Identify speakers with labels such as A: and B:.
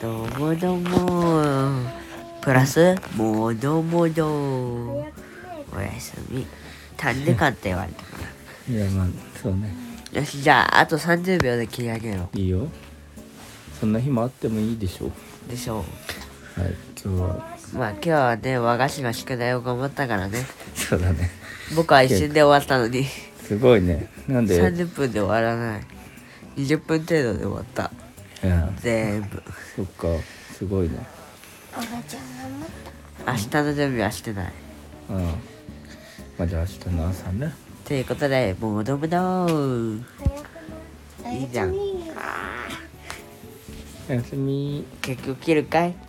A: どうもどうもプラスもどもどおやすみ足んでかって言われたか
B: いやまあそうね
A: らよしじゃああと30秒で切り上げよ
B: いいよそんな日もあってもいいでしょう
A: うでしょ
B: はい今日は
A: うまあ今日はね和菓子の宿題を頑張ったからね
B: そうだね
A: 僕は一瞬で終わったのに
B: すごいねなんで
A: 30分で終わらない20分程度で終わった
B: うん
A: 全部
B: そっかすごいね
C: おばちゃん頑張っ
A: 明日の準備はしてない
B: うんまあじゃあ明日の朝ね
A: ということでもどもどー
C: た
A: いいじゃん
C: おやすみ
B: おやすみ
A: 結局切るかい